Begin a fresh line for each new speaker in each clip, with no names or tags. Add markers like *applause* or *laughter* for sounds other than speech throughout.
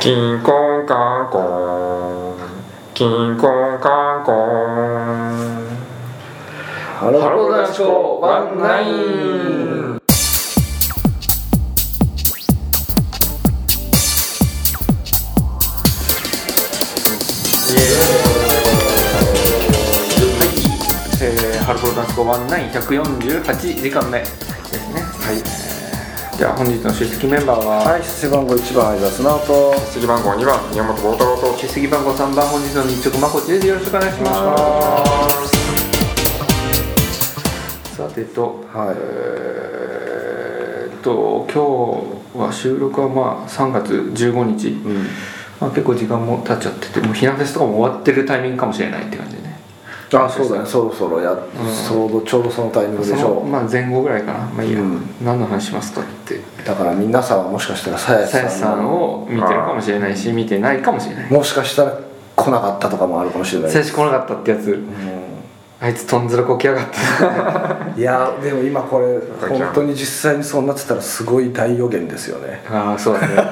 キンコンカンコンキンコンカンコン
ハ
ハローダチコワンナイン
えー、ハロプロダンスコワンナイン148時間目ですねはいじゃあ本日の出席メンバーは、
はい、背番号1番相田砂と
次番号2番宮本幸太郎と
出席番号3番本日の日直まこっちですよろしくお願いしますさてと
はい
えーっと今日は収録はまあ3月15日、
うん
まあ、結構時間も経っちゃっててもうひなフェスとかも終わってるタイミングかもしれないって感じでね
あそうだねそろそろや、ちょうどちょうどそのタイミングでし
その
ょ
まあ前後ぐらいかなまあいいや、
うん
何の話しますかって
うだから皆さんはもしかしたらさや
さやさ
さん
んを見てるかもしれないし見てないかもしれない
もしかしたら来なかったとかもあるかもしれない
最初来なかったってやつあいつとんずらこきやがった
いやでも今これ
かちゃん
本当に実際にそうなってたらすごい大予言ですよね
ああそうだね無料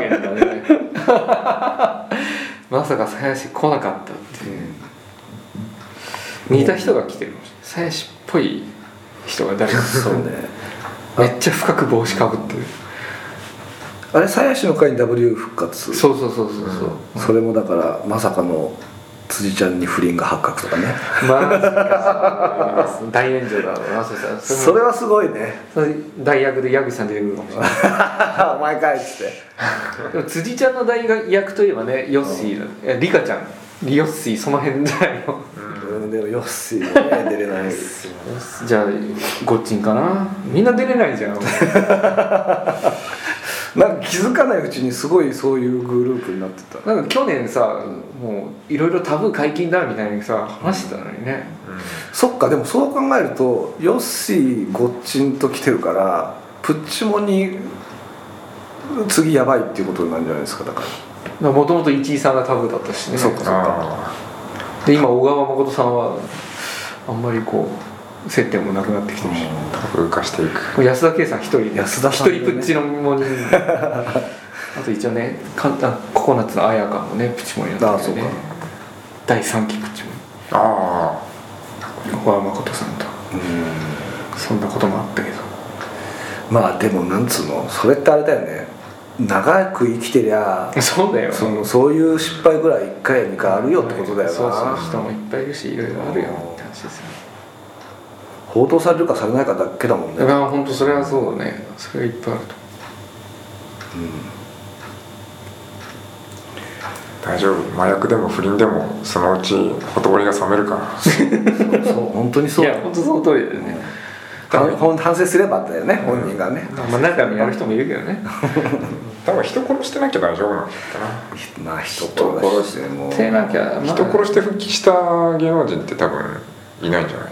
源だねまさか鞘師来なかったっていう、似た人が来てるかもしれない鞘師っぽい人が誰か
そうね
めっちゃ深く帽子かぶってる
あれ鞘師の会に W 復活
そうそうそうそうそう、
それもだからまさかの辻ちゃんに不倫が発覚とかね
まあ大炎上だろうなそしたらそれも
それはすごいね *laughs*
それ代役で矢口さん出てくるかもしれない
お前かいっつって
でも辻ちゃんの代役といえばねヨッシーだ、いやリカちゃんヨッシーその辺じゃないの
うん、でもヨッシーはね出れないですよ
じゃあごっちんかなみんな出れないじゃん
なんか気づかないうちにすごいそういうグループになってた
なんか去年さ、もういろいろタブー解禁だみたいにさ話してたのにね、
そっかでもそう考えるとヨッシーごっちんと来てるからプッチモに次やばいっていうことになるんじゃないですかだか
もともと市井さんがタブーだったしね
そうか
あ
で今小川誠さんはあんまりこう接点もなくなってきてるし、
あ風化していく
もう安田圭さん一人で
安田
一
さんね
人プッチのモニあと一応ねかんあココナッツの綾香もねプチモニだったんだよね
あそう
第3期プチモ
あ
ニ小川誠さんと
ら
そんなこともあったけど
まあでもなんつうのそれってあれだよね長く生きてりゃ
そうだよ
そのそういう失敗ぐらい1回や2回あるよってことだよな
そうそう人もいっぱいいるしいろいろあるよって話ですよね
報道されるかされないかだけだもんね
だから本当それはそうだねそれはいっぱいあると
あ大丈夫麻薬でも不倫でもそのうちほとぼりが冷めるから
そう本当に
い
そう
や本当その通りだよね、
反反反省すればだよね本人がね、
まあ中にやる人もいるけど *laughs* ね
多分人殺してなきゃ大丈夫なんだったな
まあ人
人殺して
も
手なきゃ、まあ
人殺して復帰した芸能人って多分いないんじゃない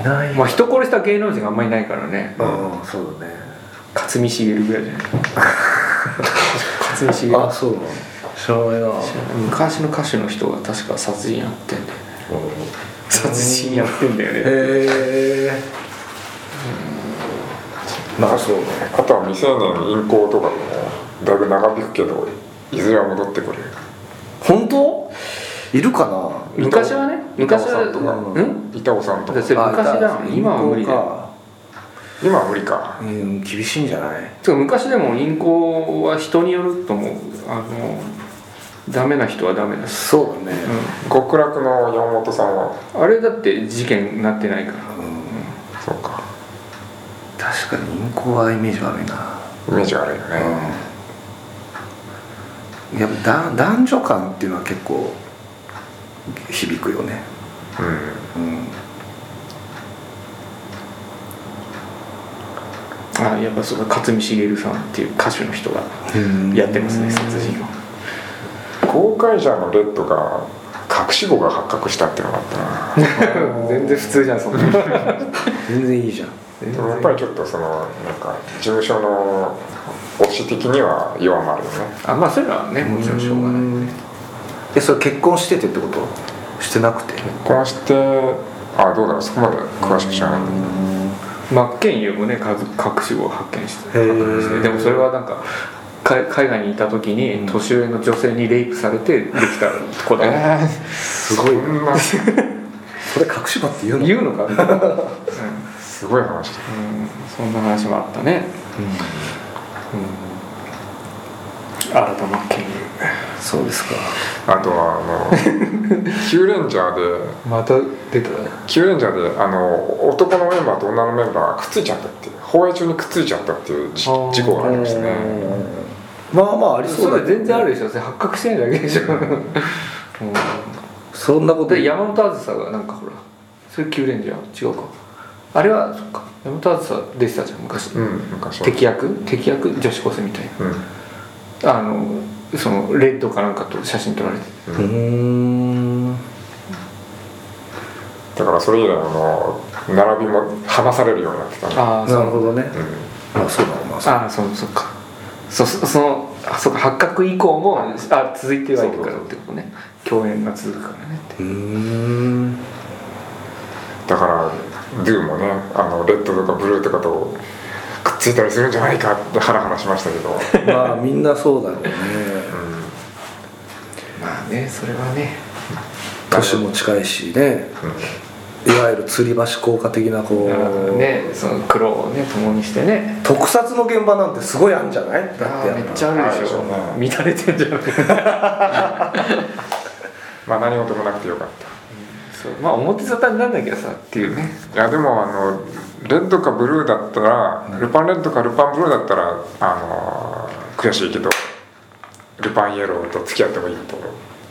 いない
まあ人殺した芸能人があんまりいないからね、
うんそうだね
勝見茂ぐらいじゃない *laughs* 勝見茂
あそうなの知らないな
昔の歌手の人が確か殺人やってんだよね殺人やってんだよね
へえまあそうね
あとは未成年淫行とかもだいぶ長引くけどいずれは戻ってくる
本当いるかな
昔はね昔は
伊藤さんとか
うん
板尾さんとか
だって
あ
昔だ
いた
今は無理だよ
今は無理か
うん厳しいんじゃない
てか昔でも銀行は人によると思うあのダメな人はダメだし、
そうだね
極楽の山本さんは
うん、あれだって事件になってないから
そうか
確かに人口はイメージ悪いな
イメージ悪いよね、
うんやっぱだ男女間っていうのは結構響くよね
うん
うん
あやっぱそうだ勝見茂さんっていう歌手の人がやってますね殺人を
公開者のレッドが隠し子が発覚したっていうのがあったな
*laughs* *laughs* 全然普通じゃんそんな
全然いいじゃん
でもやっぱりちょっとそのなんか事務所の推し的には弱まるよね
あまあそれはねもちろんしょうがない
えそれ結婚しててってことしてなくて
結婚してあどうだろうそこまで詳しく知らないんだけど
真剣佑もねかず隠し子を発見して
へー
でもそれはなんかか海外にいた時に年上の女性にレイプされてできた子だ、ね
すごいそんな
それ隠し場って言うの
言うのか、 *laughs* うん
すごい話だ
うんそんな話もあったね、うん、新たな県
そうですか
あとはあの *laughs* キューレンジャーで
また出た
キューレンジャーであの男のメンバーと女のメンバーがくっついちゃったっていう放映中にくっついちゃったっていうじ
あー
事故がありましたね
まあまあありそう
そ
だ
れ
ね
全然あるでしょそれ発覚してないだけでしょ、う
そんなこ
ん、
と
で山本梓がなんかほらそれキューレンジャー違うかあれはそっか山本梓でしたじゃん昔、
うん昔は
敵役敵役女子高生みたい
うん
なあのそのレッドかなんかと写真撮られて
うーん
だからそれ以来あの並びも離されるようになってたね
あ
なるほどね
うん
あそうだろうな
ああそうそっかそそそのあそうか発覚以降もあ続いてはいるからってことね共演が続くからねって
うーん
だからドゥもねあのレッドとかブルーとかとくっついたりするんじゃないかってハラハラしましたけど、う
まあみんなそうだろうね
ん、
まあねそれはね
年も近いしねいわゆる吊り橋効果的なこう
ねその苦労をね共にしてね
特撮の現場なんてすごいあるんじゃないだって
ああめっちゃあるでしょ
ある
乱れてんじゃない
まあ何事もなくてよかった
そうまあ表沙汰になんなきゃさっていうね
いやでもあのレッドかブルーだったらルパンレッドかルパンブルーだったらあの悔しいけどルパンイエローと付き合ってもいいと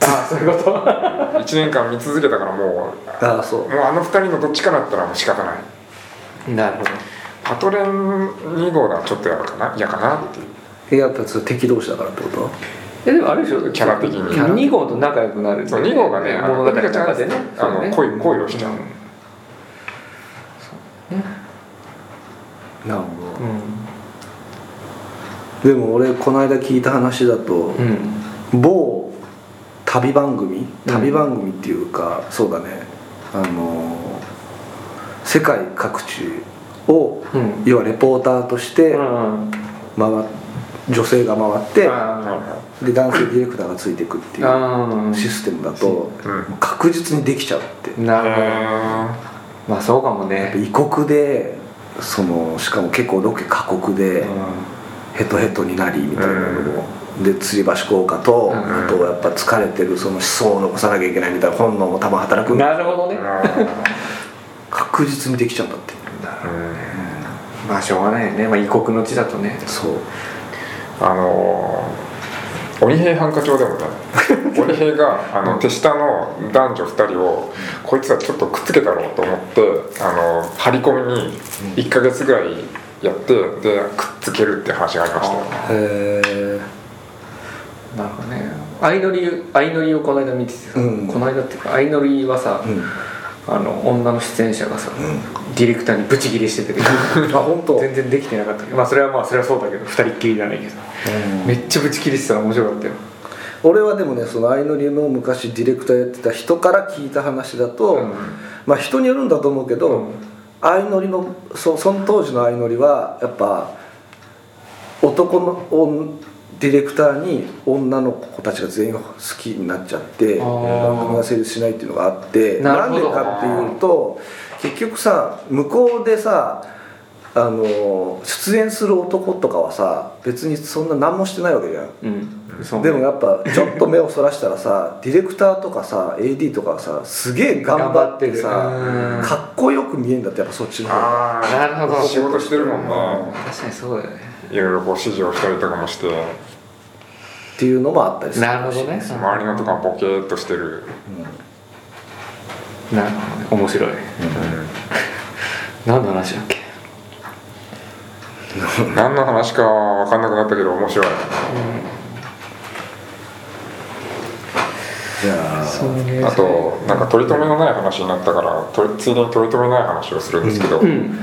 ああそういうこと
1年間見続けたからも
ああそう
うもうあの2人のどっちかだったらもう仕方ない
なるほど
パトレン2号だちょっとやるかな嫌かなっていう
えやっぱそれ敵同士だからってこと
えでもあれでしょ
キャラ的に
2号と仲良くなる
そう2号がねあの
物語の中でね
あの
そう
恋恋をしちゃう、
うん
なるほどでも俺この間聞いた話だと、
うん、うん
某旅番組旅番組っていうか、そうだねあの世界各地を、
うん
要はレポーターとして
う
回っ
ん
女性が回って、
あ
で男性ディレクターがついてくって
ー
いう
あ
システムだと、
うん
確実にできちゃうって、
ーなるほど、
へ
まあそうかもね
異国でそのしかも結構ロケ過酷で、
う
ヘトヘトになりみたいなのも、で吊り橋効果と、
うん
あとやっぱ疲れてるその思想を残さなきゃいけないみたいな本能も多分働く
ん
んだ
なるほどね
ーなるほどね
確実にできちゃうんだって
うん
まあしょうがないよね、まあ、異国の地だとね
そう
あのー鬼平犯科帳でもね鬼平があの手下の男女2人をこいつはちょっとくっつけたろうと思ってあの張り込みに1ヶ月ぐらいやってでくっつけるって話がありましたよ
あ
へえ
なるほどね相乗り相乗りをこの間見ててさ、
うん
この間っていうか相乗りはさ、
うん
あの女の出演者がさ、ディレクターにブチギレしてたけ
あ
ど
本当。
全然できてなかったけどまあそれはまあそれはそうだけど二人っきりじゃないけど、
うん
めっちゃブチギレしてたら面白かったよ
俺はでもねその相乗りの昔ディレクターやってた人から聞いた話だと、
うん
まあ人によるんだと思うけど、
うん
相乗りのそその当時の相乗りはやっぱ男の女ディレクターに女の子たちが全員好きになっちゃって
あー
番組が成立しないっていうのがあって
なる
ん
ほ
で
ど
かっていうと結局さ向こうでさあの出演する男とかはさ別にそんな何もしてないわけじゃん。
うんそう
でもやっぱちょっと目をそらしたらさディレクターとかさ AD とかはさすげえ頑張ってさ
頑張ってるうん
かっこよく見えんだってやっぱそっちの方が
あー
なるほど
仕事してるもんね
確かにそうだよね
いろいろこう指示をしたりとかもして
っていうのもあったりする
なるほどね
周りのとかボケーっとしてる
なるほどね面白い、何の話だっけ
何の話かは分かんなくなったけど面白い
じゃあ
そうね
あとなんか取り留めのない話になったからとりついでに取り留めない話をするんですけど、
うん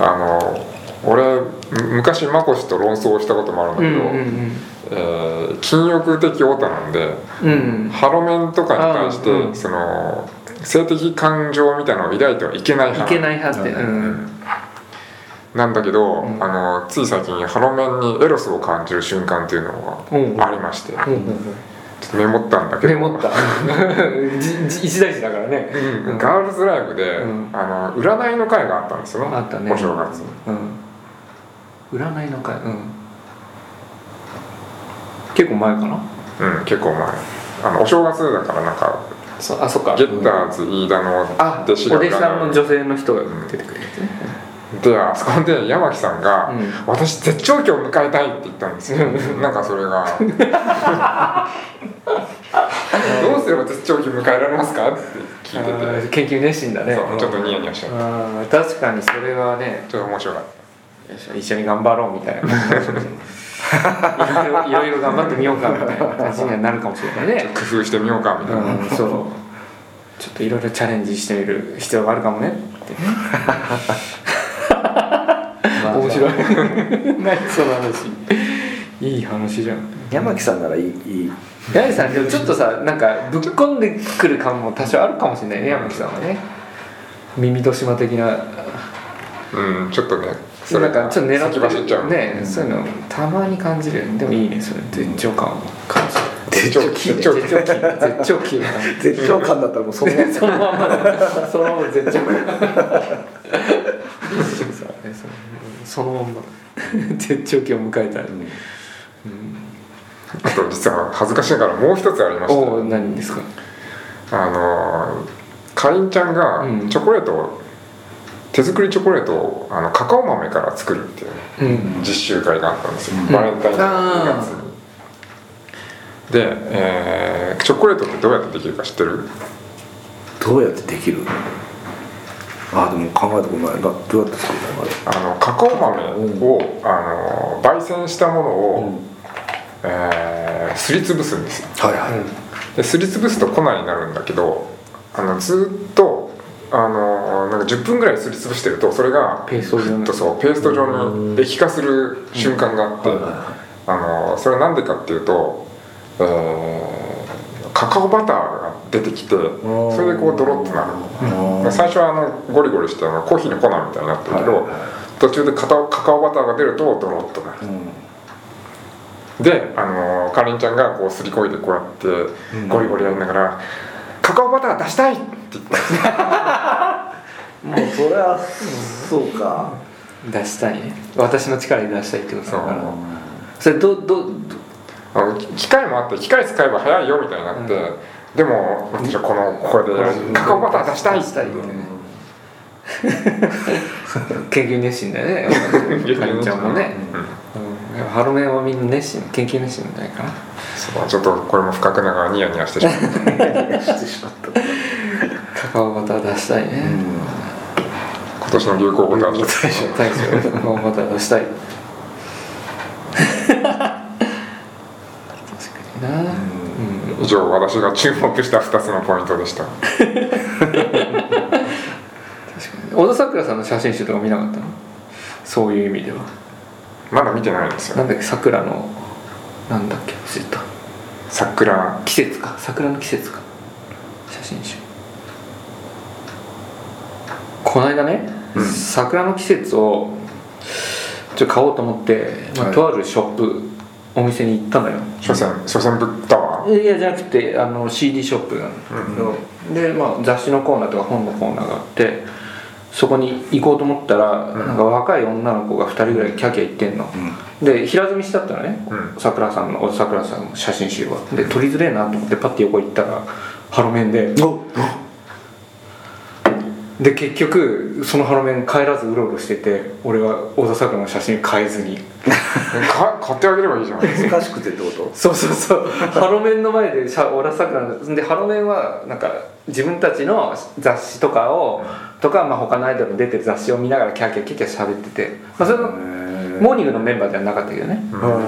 あの俺む昔マコシと論争をしたこともあるんだ
うんう
けど、
ん
えー禁欲的オタなんで
うんうん
ハロメンとかに対して、
あーうん
その性的感情みたいなのを抱いてはいけない
い
派
けない派ってうん
なんだけど、
ん
あのつい最近ハロメンにエロスを感じる瞬間っていうの
うん
がありまして、
うんう
ち
んうん
ょっとメモったんだけ
メ
ど
モった。 *laughs* じじ一大事だからね。
うんガールズライブで、
うん
あの占いの会があったんですよね
あったね
お正月に
うん。占いの会。うん。結構前かな。
うん結構前あのお正月だからなんか
そあそっか。
ゲッターズ飯田の
あ、お
弟
弟
子
子
が占い
さんの女性の人が出てくるやつね。
であそこで山木さんが「
うん
私絶頂期を迎えたい」って言ったんですよなんかそれが「
*laughs*
どうすれば絶頂期迎えられますか?」って聞いてて
あー研究熱心だね。
そうちょっとニヤニヤしちゃった
あー確かにそれはね、
ちょっと面白かった
よいしょ一緒に頑張ろうみたい
*laughs*
な。いろいろいろいろ頑張ってみようかみたいな感じにはなるかもしれないね。
工夫してみようかみたいな、
うん、そう。ちょっといろいろチャレンジしてみる必要があるかもねって。
まあ
*laughs* 面
*laughs*
白い何その話いい話じゃん
山木さんならいいいい
八重さんでもちょっとさなんかぶっ込んでくる感も多少あるかもしれないね山木さんはね耳戸島的な
うんちょっとね
そうなんかちょっと狙って
先走っちゃう
ね、そういうのたまに感じるよねでもいいねそれ絶頂感を感じ
絶
る
頂期
絶頂期絶頂期を感じる
絶頂感だったらもう
*laughs*
そのまま
そのままそのまま絶頂感そのまんま絶頂期を迎えたら、
あと実は恥ずかしながらもう一つありま
おお
し
何ですか
てあのーかりんちゃんが
うん
チョコレートを、手作りチョコレートをあのカカオ豆から作るっていう
うん
実習会があったんですよ、バレンタインの2月にで、えーチョコレートってどうやってできるか知ってる
どうやってできるあでも考えたことないなどうやって作るのあれ
あのカカオ豆を、あの焙煎したものを、
うん
えーすりつぶすんですよ
はいはい、
ですりつぶすと粉になるんだけどあのずーっとあのなんか10分ぐらいすりつぶしてるとそれが
ペースト状
ふ
になる
っとそうペースト状に液化する瞬間があって、
はいは
あのそれはなんでかっていうと、えーカカオバターが出てきてそれでこうドロッとなる、最初はあのゴリゴリしてあのコーヒーの粉みたいになってるけど、
はいはい
途中でカタカカオバターが出るとドロッとなる、で、あのー、かりんちゃんがこうすりこいでこうやってゴリゴリやりながら「カカオバター出したい!」って言った
もうそれはそうか
出したいね私の力で出したいってことだか
そう
らそれどどど
あの機械もあって機械使えば早いよみたいになって、でも私はこのこれでやるカカオバター出したい
出したいってね研究熱心だよ *laughs* ねかりんちゃんもね、うん、ハロメンはみんな熱心研究熱心じゃないかな
そうちょっとこれも深くながらニヤニヤしてしま
*laughs*
った
してしまった
カカオバター出したいね、
今年の流行語大賞
大将カカオバター出した *laughs* い確かにな、
以上私が注目した2つのポイントでした
小田さくらさんの写真集とか見なかったのそういう意味では
まだ見てないんです
な
よ
んだっけ桜のなんだっけ忘れた
桜
季節か桜の季節か写真集この間ね、桜の季節をちょっと買おうと思って、まあ
はい
とあるショップお店に行ったのよ
所詮所詮ぶったわ
いやじゃなくてあの CD ショップなんだけど、で、まあ、雑誌のコーナーとか本のコーナーがあってそこに行こうと思ったら、なんか若い女の子が2人ぐらいキャキャ言ってんの、で平積みしだったのね、
う
桜さんの桜さんの写真集はで撮りづれえなと思ってパッて横行ったらハロメンでで結局そのハロメン帰らずうろうろしてて俺は小田桜の写真変えずに
か買ってあげればいいじゃないですか
難しくてってこと
そうそうそうハロメンの前でしゃオラサクラのでハロメンはなんか自分たちの雑誌とかをとか、まあ、他のアイドルの出てる雑誌を見ながらキャーキャーキャーキャー喋ってて、まあ、それのモーニングのメンバーではなかったけどねでうわっ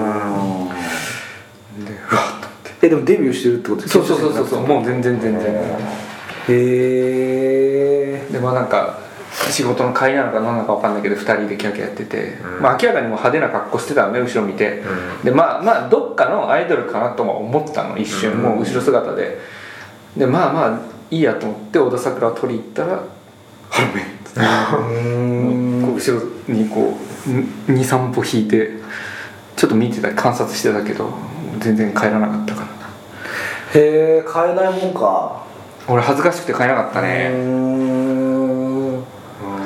と
えでもデビューしてるってこと
そうそうそうそうそうもう全然全然
へえ
でまあなんか仕事の帰りなのか何なのか分かんないけど2人でキャーキャーやってて、まあ、明らかにもう派手な格好してたのね後ろ見て、でまあまあどっかのアイドルかなとも思ったの一瞬、もう後ろ姿ででまあまあいいやと思って小田桜を取り行ったら「ハロメン」っつこう後ろにこう23歩引いてちょっと見てた観察してたけど全然帰らなかったから
へえ買えないもんか
俺恥ずかしくて買えなかった
う
ね、
ーん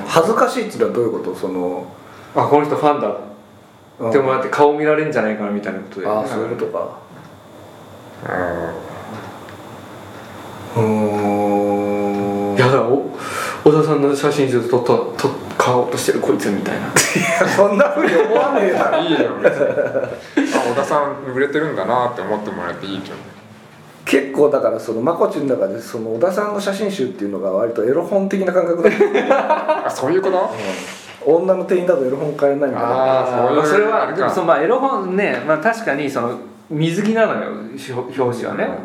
恥ずかしいっていうのはどういうことその
あこの人ファンだでもだって顔見られんじゃないかなみたいなことで
ああそういうことかうーん
やだお小田さんの写真集撮った撮買おうとしてるこいつみたいな
そんなふうに思わねえだろ
いいじゃん別にあ小田さん売れてるんだなって思ってもらえていいじゃん
*laughs* 結構だからそのまこちの中でその小田さんの写真集っていうのが割とエロ本的な感覚だ
あそういうこと
女の店員だとエロ本買えないみたいな
あーそういう
まあそれは
あれか
でもそのまあエロ本ね、まあ、確かにその水着なのよ表表紙はね、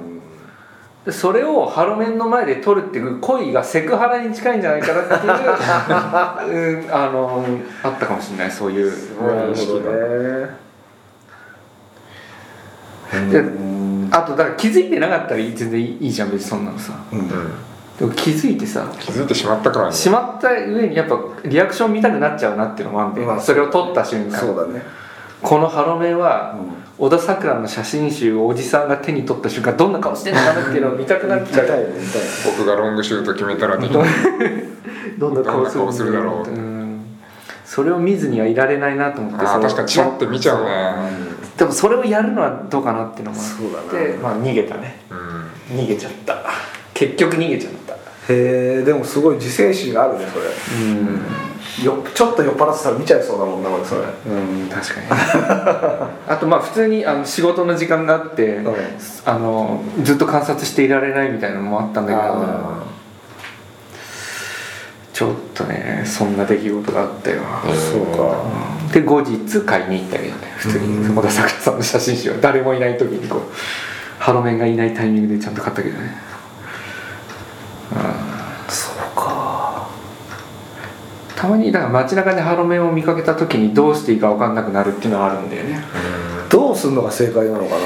でそれをハロメンの前で撮るっていう恋がセクハラに近いんじゃないかなっていう、 *laughs* うん、あのあったかもしれないそういう
ごい
なる
認
ほ
識が
どね
であとだから気づいてなかったら全然いいじゃん別にそんなのさ
うん
うん
でも気づいてさ
気づいてしまったからね
しまった上にやっぱリアクション見たくなっちゃうなっていうのもあんで、
まあ
それを撮った瞬
そう
間
だね
このハロメンは
うん
小田さくらの写真集をおじさんが手に取った瞬間どんな顔してんのかなっていうのを見たくなっ
見
ちゃ
たい *laughs*
う
ね見たいね
僕がロングシュート決めたらできない
どんな顔する
どんな顔するだろうん
それを見ずにはいられないなと思って
あ
そ
ー
の
確かにちょって見ちゃうね
でもそれをやるのはどうかなっていうのもあって
そうだな
まあ逃げたね
うん
逃げちゃった結局逃げちゃった
へえでもすごい自制心があるねそれ
うん
よちょっと酔っ払ってたら見ちゃいそうだもんなこれそれ
うん確かに *laughs* あとまあ普通にあの仕事の時間があって、
うん
あのずっと観察していられないみたいなのもあったんだけど
あ
ちょっとねそんな出来事があったよ、
あそうか
で後日買いに行ったけどね普通に小田桜さんの写真集は誰もいない時にこうハロメンがいないタイミングでちゃんと買ったけどね
そうか
たまにだから街中でハロメンを見かけた時にどうしていいか分かんなくなるっていうのはあるんだよね
どうすんのが正解なのかな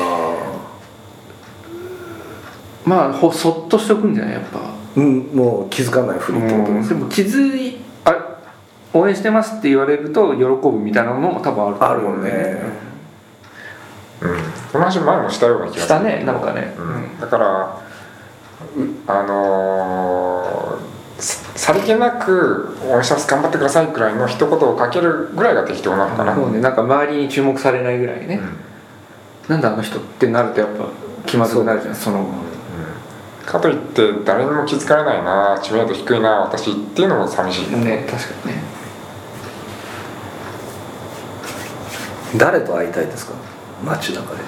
まあほそっとしとくんじゃないやっぱ
うんもう気づかないふりってこと
でも気づいあ応援してますって言われると喜ぶみたいなのも多分ある
あ
と
る
思
よ
うんだよ
ね
うんこの話前もしたような気がす
した
る
ねなんかね、
うんだからうあのーささりげなく「応援します頑張ってください」くらいの一言をかけるぐらいが適当なのかな、
そうねなんか周りに注目されないぐらいね、
うん
なんだあの人ってなるとやっぱ気まずくなるじゃんその
かといって誰にも気づかれないな知名度低いな私っていうのも寂しい、
ね確かにね
誰と会いたいですか街中で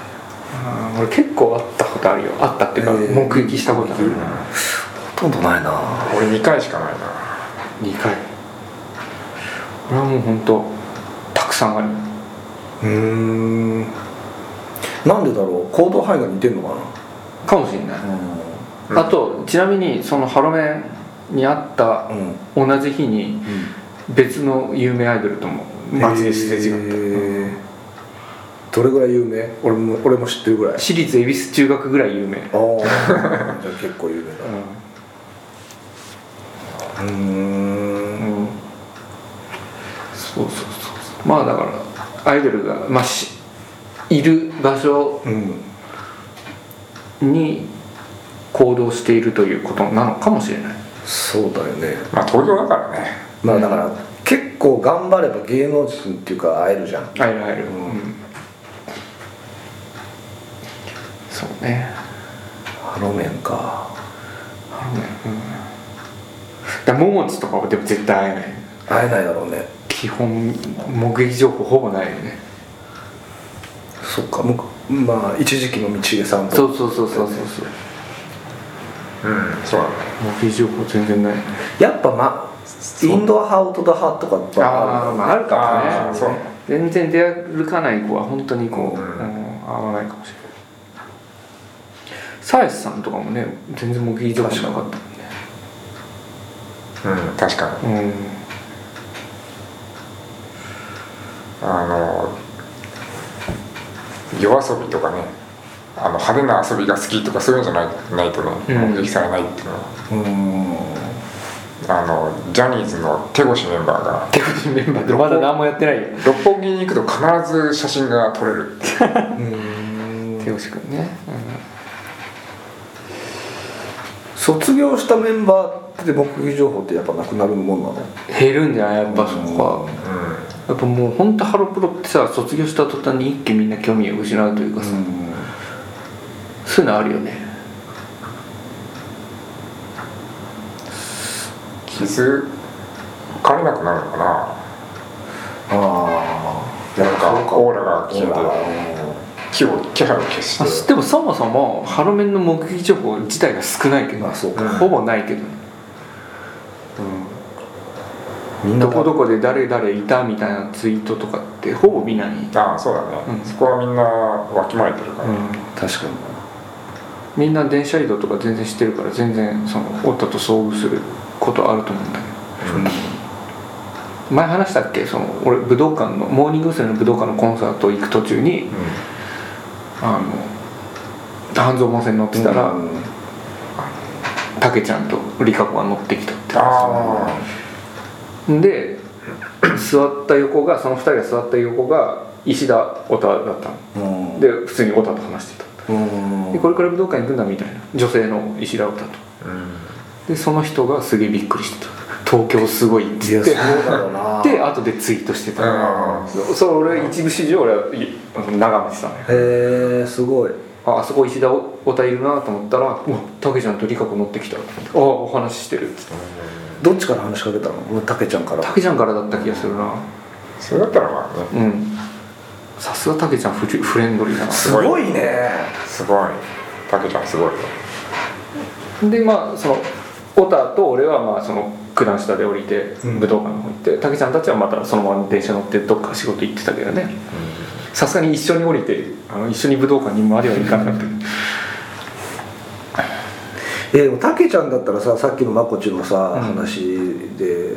あー俺結構会ったことあるよ会ったっていうか
えー
目撃したことある
ほとんどないな
俺2回しかないな
2回俺はもう本当たくさんある
うーんなんでだろう行動範囲が似てんのか
かもしれない
な
うん
あとちなみにそのハロメンに会った
うん
同じ日に別の有名アイドルとも街ですれ違った、
へーどれぐらい有名俺も俺も知ってるぐらいあ
私立恵比寿中学ぐらい有名、
あ *laughs* ーじゃあ結構有名だうーん
うんそうそうそうそうまあだからアイドルが、まあ、しいる場所
うん
に行動しているということなのかもしれない
そうだよね
まあ東京だからね
まあだから結構頑張れば芸能人っていうか会えるじゃん
入る入る、
うん
うんそうね
ハロメンか
あるねうんだから桃地とかはでも絶対会えない
会えないだろうね
基本目撃情報ほぼないよね
そっかむまあ一時期の道重さんと
そうそうそうそうそうそう
うんそうだね
目撃情報全然ない
やっぱまあインドア派アウトドア派とかって
あーまああるかも
あー
ね
そう
全然出歩かない子は本当にこう、
うん
うん合わないかもしれない鞘師さんとかもね全然目撃情報なかったもんね
うん確かに
うん
あの夜遊びとかねあの派手な遊びが好きとかそういうんじゃないないとね
うん
目撃されないっていうのは
うーん
あのジャニーズの手越メンバーが
手越メンバーでまだ何もやってないよ
六本木に行くと必ず写真が撮れるって
手越くんね、
卒業したメンバーって目撃情報ってやっぱなくなるもんなの
うん、減るんじゃないやっぱそこはやっぱもう本当ハロプロってさ卒業した途端に一気にみんな興味を失うというかさ、そういうのあるよね
気づかれなくなるのかな
ああ
なんかオーラが消えて気を気配を消
あ
して
でもそもそもハロメンの目撃情報自体が少ないけど、
まあそうか
ほぼないけどね、
みんな
どこどこで誰々いたみたいなツイートとかってほぼ見ない、
ああそうだね、
うん
そこはみんなわきまえてるから、
確かに
みんな電車移動とか全然してるから全然そのおったと遭遇することあると思うんだけど前話したっけその俺武道館のモーニング娘。の武道館のコンサート行く途中にあの半蔵門線乗ってたら
うん
たけちゃんとりかこが乗ってきたって
ああ
で座った横がその2人が座った横が石田オタだったの
うん
で普通にオタと話してた
うん
でこれから武道館行くんだみたいな女性の石田オタとでその人がすげえびっくりしてた東京すごいっ
い
つ
や
っ
そう
て
だろうな
で後でツイートしてた
うん
そそう俺一部始終俺はい眺めてたね
へえすごい
ああそこ石田オタいるなと思ったら「うわたけちゃんとりかこ乗ってきた」ああお話ししてる」っつって
どっちから話しかけたの俺たけちゃんから
たけちゃんからだった気がするな
それだったらまあね
うんさすがたけちゃんフリフレンドリーだな
すごいね
すごいたけちゃんすごいよ
でまあそのオタと俺はまあその九段下で降りて
うん
武道館の方行ってたけ、ちゃんたちはまたそのまま電車乗ってどっか仕事行ってたけどねさすがに一緒に降りてあの一緒に武道館にまでは行かなかったけど
えでもたけちゃんだったらささっきのまこちのさ、
うん
話で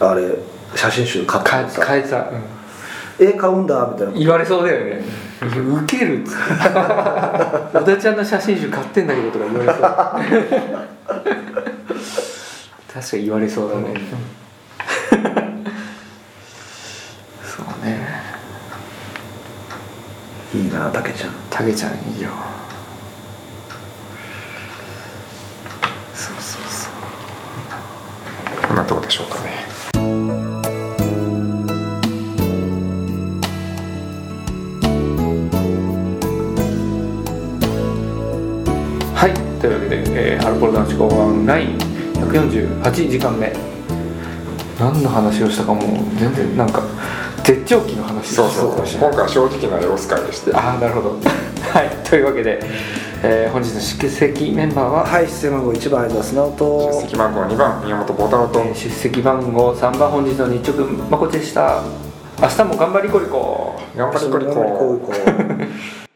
あれ写真集買ったの
変え
さ
変えた、
絵買うんだみたいな
言われそうだよねウケるっ *laughs* つって小田ちゃんの写真集買ってんだけどとか言われそう確かに言われそうだね、そうね
いいなたけちゃん
タケちゃんいいよそうそうそう
こんなとこでしょうかね
はいというわけで、えー、ハルコロ男子公版9148時間目何の話をしたかもう全然なんか絶頂期の話
そうそう
し
今回は正直な様子会でして
ああなるほどはいというわけで、えー、本日の出席メンバーは、
はい出演番号1番相田素直
出
と
席番号2番宮本幸太郎と
えー出席番号3番本日の日直まこでした明日も頑張りこりこ
頑張りこり
頑張り
こう
こういこう